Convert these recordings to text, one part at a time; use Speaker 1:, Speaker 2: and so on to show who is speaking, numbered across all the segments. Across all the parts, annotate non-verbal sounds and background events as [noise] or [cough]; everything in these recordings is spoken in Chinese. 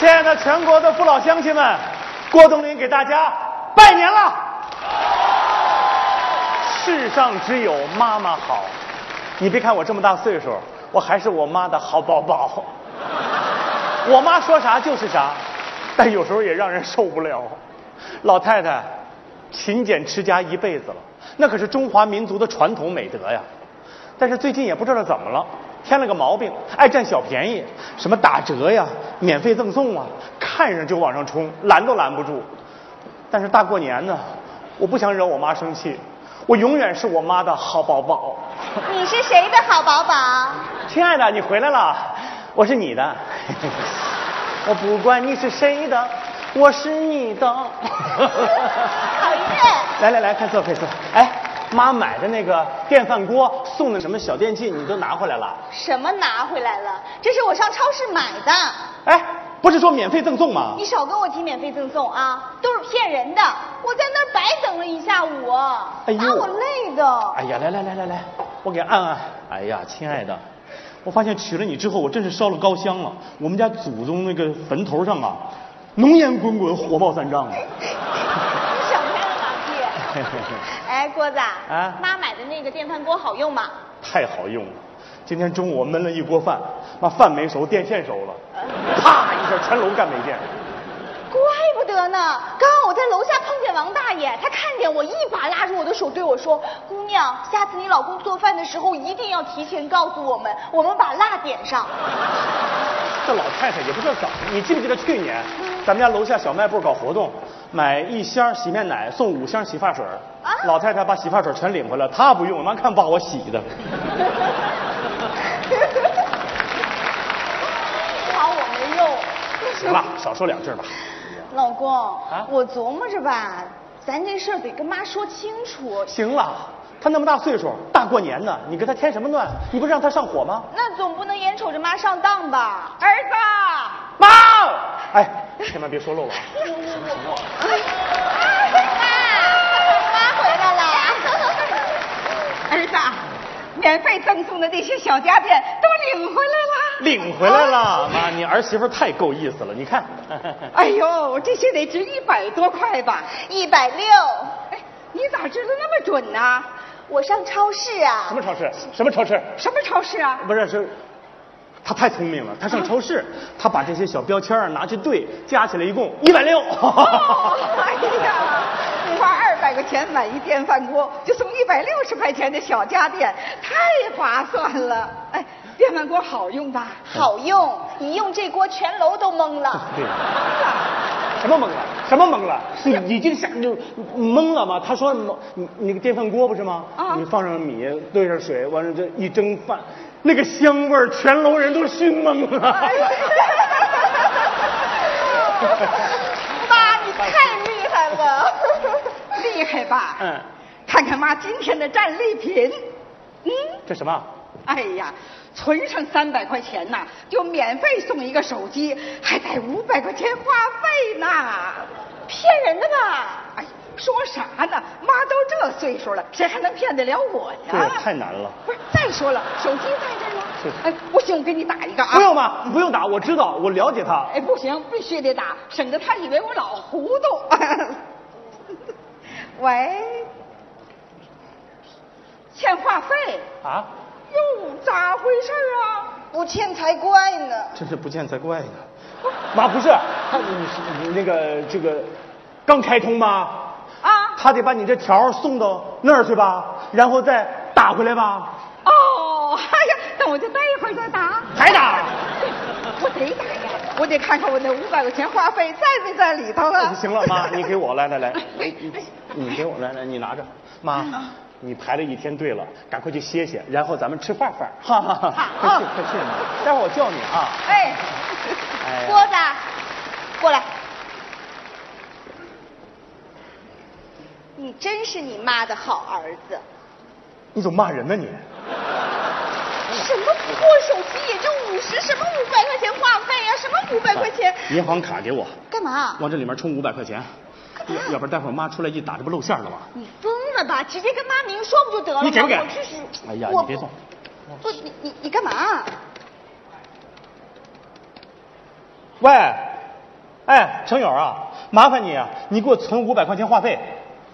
Speaker 1: 爱的全国的父老乡亲们，郭冬临给大家拜年了！世上只有妈妈好，你别看我这么大岁数，我还是我妈的好宝宝。我妈说啥就是啥，但有时候也让人受不了。老太太勤俭持家一辈子了，那可是中华民族的传统美德呀。但是最近也不知道怎么了，添了个毛病，爱占小便宜，什么打折呀、免费赠送啊，看着就往上冲，拦都拦不住。但是大过年呢，我不想惹我妈生气，我永远是我妈的好宝宝。
Speaker 2: 你是谁的好宝宝？
Speaker 1: 亲爱的，你回来了，我是你的， [laughs] 我不管你是谁的，我是你的。
Speaker 2: 讨厌！
Speaker 1: 来来来，快坐快坐。哎，妈买的那个电饭锅送的什么小电器，你都拿回来了？
Speaker 2: 什么拿回来了？这是我上超市买的。
Speaker 1: 哎，不是说免费赠送吗
Speaker 2: 你？少跟我提免费赠送啊，都是骗人的！我在那儿白等了一下午啊，
Speaker 1: 哎呦
Speaker 2: 把我累的。
Speaker 1: 哎呀，来来来来来，我给按按。哎呀，亲爱的，我发现娶了你之后，我真是烧了高香了。我们家祖宗那个坟头上啊，浓烟滚滚，火冒三丈啊。
Speaker 2: 你想开了吧，
Speaker 1: [laughs] 嘿
Speaker 2: 屁
Speaker 1: 嘿嘿！
Speaker 2: 哎，郭子，
Speaker 1: 啊
Speaker 2: 妈买的那个电饭锅好用吗？
Speaker 1: 太好用了。今天中午我焖了一锅饭，妈饭没熟，电线熟了，啪一下全楼干没电。
Speaker 2: 怪不得呢，刚刚我在楼下碰见王大爷，他看见我，一把拉住我的手，对我说：“姑娘，下次你老公做饭的时候一定要提前告诉我们，我们把蜡点上。
Speaker 1: 这老太太也不知道怎么，你记不记得去年
Speaker 2: 嗯
Speaker 1: 咱们家楼下小卖部搞活动，买一箱洗面奶送五箱洗发水儿，
Speaker 2: 啊
Speaker 1: 老太太把洗发水全领回来，她不用，妈看把我洗的。
Speaker 2: 好，我没用。
Speaker 1: 行了，少说两句吧。
Speaker 2: 老公，
Speaker 1: 啊
Speaker 2: 我琢磨着吧，咱这事儿得跟妈说清楚。
Speaker 1: 行了，她那么大岁数，大过年的，你给她添什么乱？你不是让她上火吗？
Speaker 2: 那总不能眼瞅着妈上当吧？儿子，
Speaker 1: 妈，哎，千万别说漏了啊。
Speaker 2: 妈，妈回来了。
Speaker 3: 儿子，啊免费赠送的那些小家电都领回来了。
Speaker 1: 领回来了，妈，你儿媳妇太够意思了，你看。
Speaker 3: 哎呦，这些得值一百多块吧？
Speaker 2: [laughs] 一百六，
Speaker 3: 哎，你咋知道那么准呢、
Speaker 2: 我上超市啊。
Speaker 1: 什么超市？什么超市？
Speaker 3: 什么超市啊？
Speaker 1: 不是是，他太聪明了，他上超市，他把这些小标签儿拿去对，加起来一共一百六。 [laughs]
Speaker 3: 哦 [laughs] 哎呀，花二百块钱买一电饭锅，就送一百六十块钱的小家电，太划算了。哎，电饭锅好用吧？ [laughs]
Speaker 2: 好用，一用这锅全楼都
Speaker 1: [laughs]
Speaker 2: 懵了。
Speaker 1: 对，什么懵了？什么懵了？你已经吓就嗯懵了吗？他说懵你你那个电饭锅不是吗？
Speaker 3: 啊
Speaker 1: 你放上米，兑上水，完了这一蒸饭，那个香味儿，全楼人都熏懵了。
Speaker 3: 哎
Speaker 2: 妈，你太厉害了。 [laughs]
Speaker 3: 厉害吧？
Speaker 1: 嗯，
Speaker 3: 看看妈今天的战利品，嗯。
Speaker 1: 这什么？
Speaker 3: 哎呀，存上三百块钱呐、就免费送一个手机，还带五百块钱话费呢，骗人的吧？哎，说啥呢？妈都这岁数了，谁还能骗得了我呀？
Speaker 1: 这也太难了。
Speaker 3: 不是，再说了，手机在这儿呢
Speaker 1: 是。
Speaker 3: 哎，不行，我给你打一个啊。
Speaker 1: 不用吧，不用打，我知道，我了解他。
Speaker 3: 哎，不行，必须得打，省得他以为我老糊涂。 [laughs] 喂，欠话费，
Speaker 1: 啊，
Speaker 3: 又咋回事儿啊？
Speaker 2: 不欠才怪呢。
Speaker 1: 真是不见才怪呢。妈，啊不是，他你是你那个这个刚开通吗？
Speaker 3: 啊
Speaker 1: 他得把你这条儿送到那儿去吧，然后再打回来吧，
Speaker 3: 哦，哎呀，那我就待一会儿再打。
Speaker 1: 还打？
Speaker 3: 我得打呀，我得看看我那五百块钱话费在没在里头啊了。
Speaker 1: 行了，
Speaker 3: [laughs]
Speaker 1: 妈，你给我来来来
Speaker 3: 哎哎嗯哎，
Speaker 1: 你给我来来，你拿着，妈。你排了一天队了，赶快去歇歇，然后咱们吃饭饭。哈哈哈，快去快去，妈待会儿我叫你啊。
Speaker 3: 哎，
Speaker 1: 哎
Speaker 2: 锅子，过来。你真是你妈的好儿子，
Speaker 1: 你怎么骂人呢你？
Speaker 2: 什么破手机也就五十，什么五百块钱话费啊，什么五百块钱，
Speaker 1: 银行卡给哎我。
Speaker 2: 干嘛？啊
Speaker 1: 往这里面充五百块钱，要要不然待会儿妈出来一打，这不露馅了吗？
Speaker 2: 你疯了吧？直接跟妈明说不就得了吗？
Speaker 1: 你给不给
Speaker 2: 我这是？
Speaker 1: 哎呀，
Speaker 2: 我
Speaker 1: 你别动，
Speaker 2: 不，你啊你你干嘛？
Speaker 1: 喂，哎，程友啊，麻烦你啊，你给我存五百块钱话费。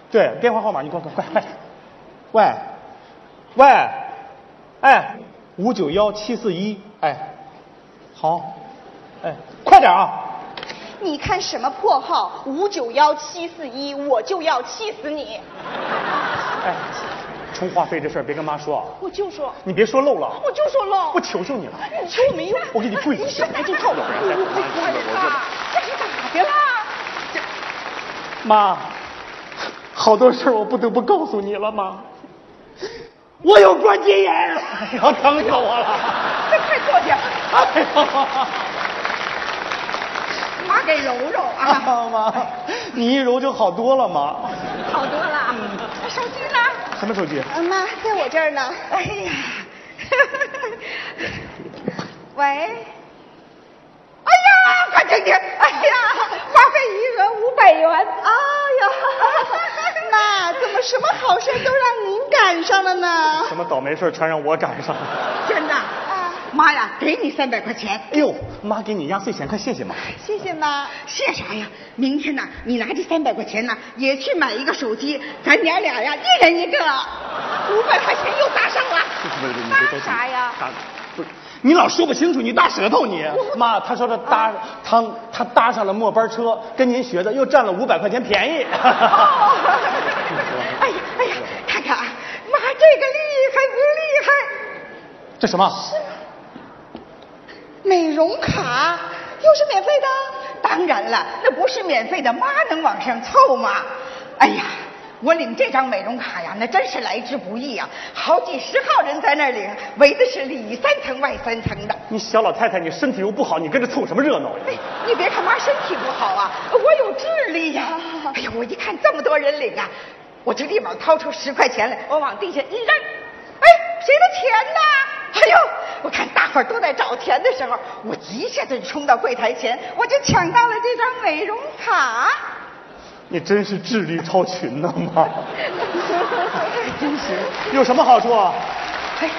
Speaker 1: 对，电话号码你给我快快快，喂，喂，哎，五九幺七四一，哎，好，哎，快点啊！
Speaker 2: 你看什么破号？五九幺七四一，我就要气死你！
Speaker 1: 哎，充话费这事儿别跟妈说啊，
Speaker 2: 我就说，
Speaker 1: 你别说漏了，啊
Speaker 2: 我就说喽，
Speaker 1: 我求求你了。
Speaker 2: 你说我没用，
Speaker 1: 我给你跪下
Speaker 2: 你是来这套的，
Speaker 1: 要不然再
Speaker 2: 你
Speaker 1: 打你了我就
Speaker 2: 这是咋的啦？
Speaker 1: 妈，好多事儿我不得不告诉你了，妈。我有关节炎，哎呀，疼死我了！
Speaker 3: 这快坐下，
Speaker 1: 哎呀，
Speaker 3: 妈给揉揉啊，
Speaker 1: 啊妈，你一揉就好多了，妈。
Speaker 3: 好多
Speaker 2: 哎
Speaker 3: 了。手机呢？
Speaker 1: 什么手机？
Speaker 2: 嗯，妈，在我这儿呢。
Speaker 3: 哎
Speaker 2: [laughs]
Speaker 3: 呀，喂，哎呀，快听听，哎呀，花费余额五百元。
Speaker 2: 哎呀，妈，怎么什么好事都让您赶上了呢？啊
Speaker 1: 什么倒霉事儿全让我赶上了？
Speaker 3: 真的，妈呀，给你三百块钱，
Speaker 1: 哎呦，妈给你压岁钱，快谢谢妈。
Speaker 2: 谢谢妈。
Speaker 3: 谢啥呀？明天呐，你拿这三百块钱呐，也去买一个手机，咱娘俩呀，一人一个，五百块钱又搭上了。
Speaker 1: 不是不是，你别着
Speaker 3: 搭
Speaker 1: 急
Speaker 3: 啥呀？
Speaker 1: 搭不是，你老说不清楚，你大舌头你。妈，他说他搭他他搭上了末班车，跟您学的，又占了五百块钱便宜。 [laughs]
Speaker 3: 哦，哎呀哎呀，看看啊，妈这个厉害不厉害？
Speaker 1: 这什么？
Speaker 3: 美容卡又是免费的？当然了，那不是免费的，妈能往上凑吗？哎呀，我领这张美容卡呀，那真是来之不易呀、啊好几十号人在那儿领，围的是里三层外三层的。
Speaker 1: 你小老太太，你身体又不好，你跟着凑什么热闹呀？
Speaker 3: 哎，你别看妈身体不好啊，我有智力呀、哎呀，我一看这么多人领啊，我就立马掏出十块钱来，我往地下一扔。哎，谁的钱呢？哎呦，我看大伙儿都在找钱的时候，我一下就冲到柜台前，我就抢到了这张美容卡。
Speaker 1: 你真是智力超群呐、
Speaker 3: [laughs]
Speaker 1: 妈！真行，有什么好处啊？
Speaker 3: 哎，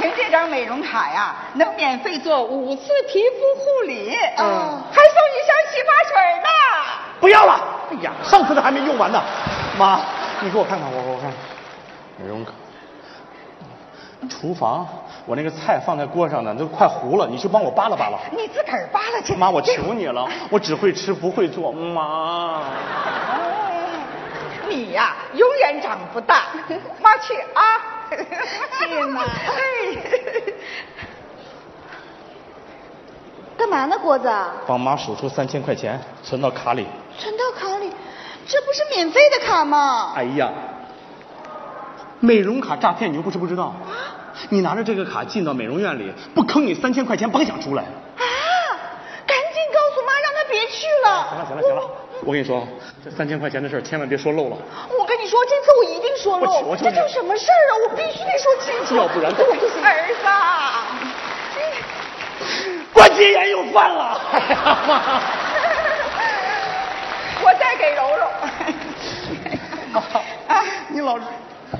Speaker 3: 凭这张美容卡呀，能免费做五次皮肤护理，哦
Speaker 1: 嗯
Speaker 3: 还送一箱洗发水呢。
Speaker 1: 不要了！哎呀，上次的还没用完呢。妈，你给我看看，我我看看，美容卡，厨房，我那个菜放在锅上呢，都快糊了，你去帮我扒拉扒拉。
Speaker 3: 你自个儿扒拉去。
Speaker 1: 妈，我求你了，我只会吃不会做。妈，
Speaker 3: 你呀、永远长不大。
Speaker 1: [laughs]
Speaker 3: 妈去啊！
Speaker 2: 去嘛
Speaker 3: 哎
Speaker 2: 干嘛呢，郭子？
Speaker 1: 帮妈数出三千块钱，存到卡里。
Speaker 2: 存到卡里，这不是免费的卡吗？
Speaker 1: 哎呀，美容卡诈骗你又不是不知道，你拿着这个卡进到美容院里，不坑你三千块钱，甭想出来。
Speaker 2: 啊，赶紧告诉妈，让她别去了。
Speaker 1: 行哎了行了行了，我跟你说，这三千块钱的事儿千万别说漏了，
Speaker 2: 我跟你说，这次我一定说
Speaker 1: 我
Speaker 2: 漏。
Speaker 1: 求求
Speaker 2: 这
Speaker 1: 你
Speaker 2: 叫什么事儿啊？我必须得说清楚。
Speaker 1: 要不然
Speaker 2: 我不行。
Speaker 3: 儿子啊，
Speaker 1: 关节炎又犯了。哎呀妈！
Speaker 3: 我再给柔柔。
Speaker 1: 啊，你老，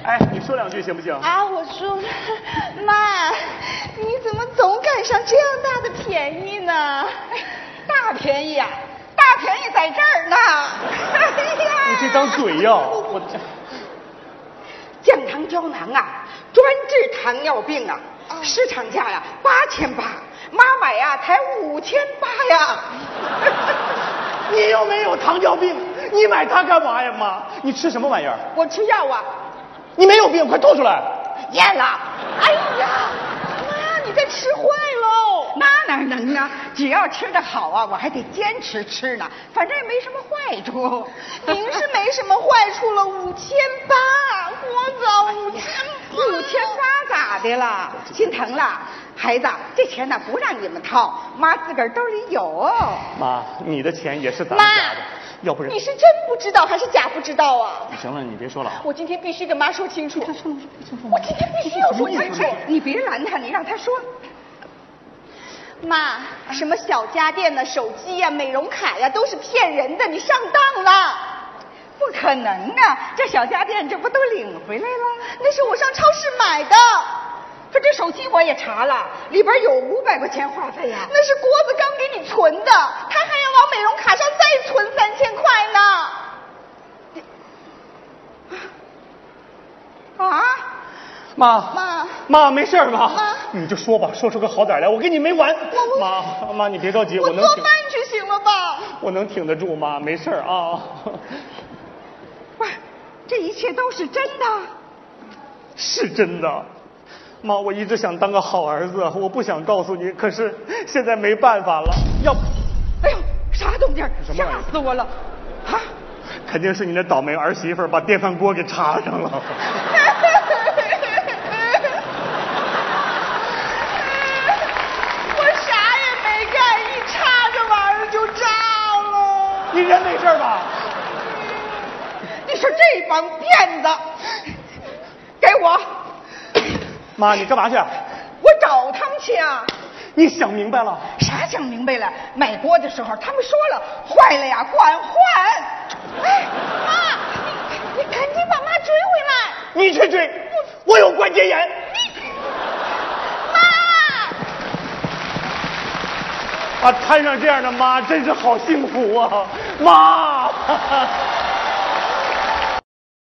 Speaker 1: 哎，你说两句行不行？
Speaker 2: 啊，我说妈，你怎么总赶上这样大的便宜呢？
Speaker 3: 大便宜啊，大便宜在这儿呢。哎呀，
Speaker 1: [laughs] 你这张嘴哎呀，我这。
Speaker 3: 降糖胶囊啊，专治糖尿病啊，
Speaker 1: 哦
Speaker 3: 市场价呀八千八，妈买呀才五千八呀。
Speaker 1: 哦你又没有糖尿病，你买它干嘛呀，妈？你吃什么玩意儿？
Speaker 3: 我吃药啊，
Speaker 1: 你没有病，快吐出来！
Speaker 3: 咽了。
Speaker 2: 哎呀，妈，你这吃坏喽！
Speaker 3: 那哪能啊！只要吃得好啊，我还得坚持吃呢，反正也没什么坏处。
Speaker 2: 您是没什么坏处了，五千八，郭子，五千八，
Speaker 3: 哎五千八咋的了？心疼了，孩子，这钱呢不让你们掏，妈自个儿兜里有。
Speaker 1: 妈，你的钱也是咱们家
Speaker 2: 妈
Speaker 1: 的，，要不然
Speaker 2: 你是真不知道还是假不知道啊？
Speaker 1: 行了，你别说了。
Speaker 2: 我今天必须跟妈说清楚，我今天必须要说清楚。
Speaker 3: 哎你别拦他，你让他说。
Speaker 2: 妈，什么小家电呐、手机呀、美容卡呀，都是骗人的，你上当了。
Speaker 3: 不可能啊！这小家电这不都领回来了？
Speaker 2: 那是我上超市买的，
Speaker 3: 他这手机我也查了，里边有五百块钱话费呀、
Speaker 2: 那是郭子刚给你存的，他还要宝美容卡上再存三千块呢。
Speaker 3: 啊，
Speaker 1: 妈
Speaker 2: 妈
Speaker 1: 妈没事儿吧？
Speaker 2: 妈
Speaker 1: 你就说吧，说出个好歹来，我跟你没完。
Speaker 2: 我
Speaker 1: 妈妈，你别着急，
Speaker 2: 我
Speaker 1: 我能
Speaker 2: 做
Speaker 1: 挺
Speaker 2: 饭，去行了吧？
Speaker 1: 我能挺得住，妈，没事儿啊。
Speaker 3: 不是，这一切都是真的。
Speaker 1: 是真的。妈，我一直想当个好儿子，我不想告诉你，可是现在没办法了，要不
Speaker 3: 哎呦，啥动静儿？
Speaker 1: 什么玩意
Speaker 3: 吓
Speaker 1: 儿
Speaker 3: 死我了！啊，
Speaker 1: 肯定是你那倒霉儿媳妇儿把电饭锅给插上了。
Speaker 2: 我啥也没干，一插这玩意儿就炸了。
Speaker 1: 你人没事儿吧？
Speaker 3: 你说这帮骗子，给我，
Speaker 1: 妈，你干嘛去？啊
Speaker 3: 我找他们去啊！
Speaker 1: 你想明白了？
Speaker 3: 啥想明白了？买锅的时候他们说了，坏了呀，管换。哎，
Speaker 2: 妈，你赶紧把妈追回来！
Speaker 1: 你去追，我有关节炎。妈，啊，摊上这样的妈真是好幸福啊，妈。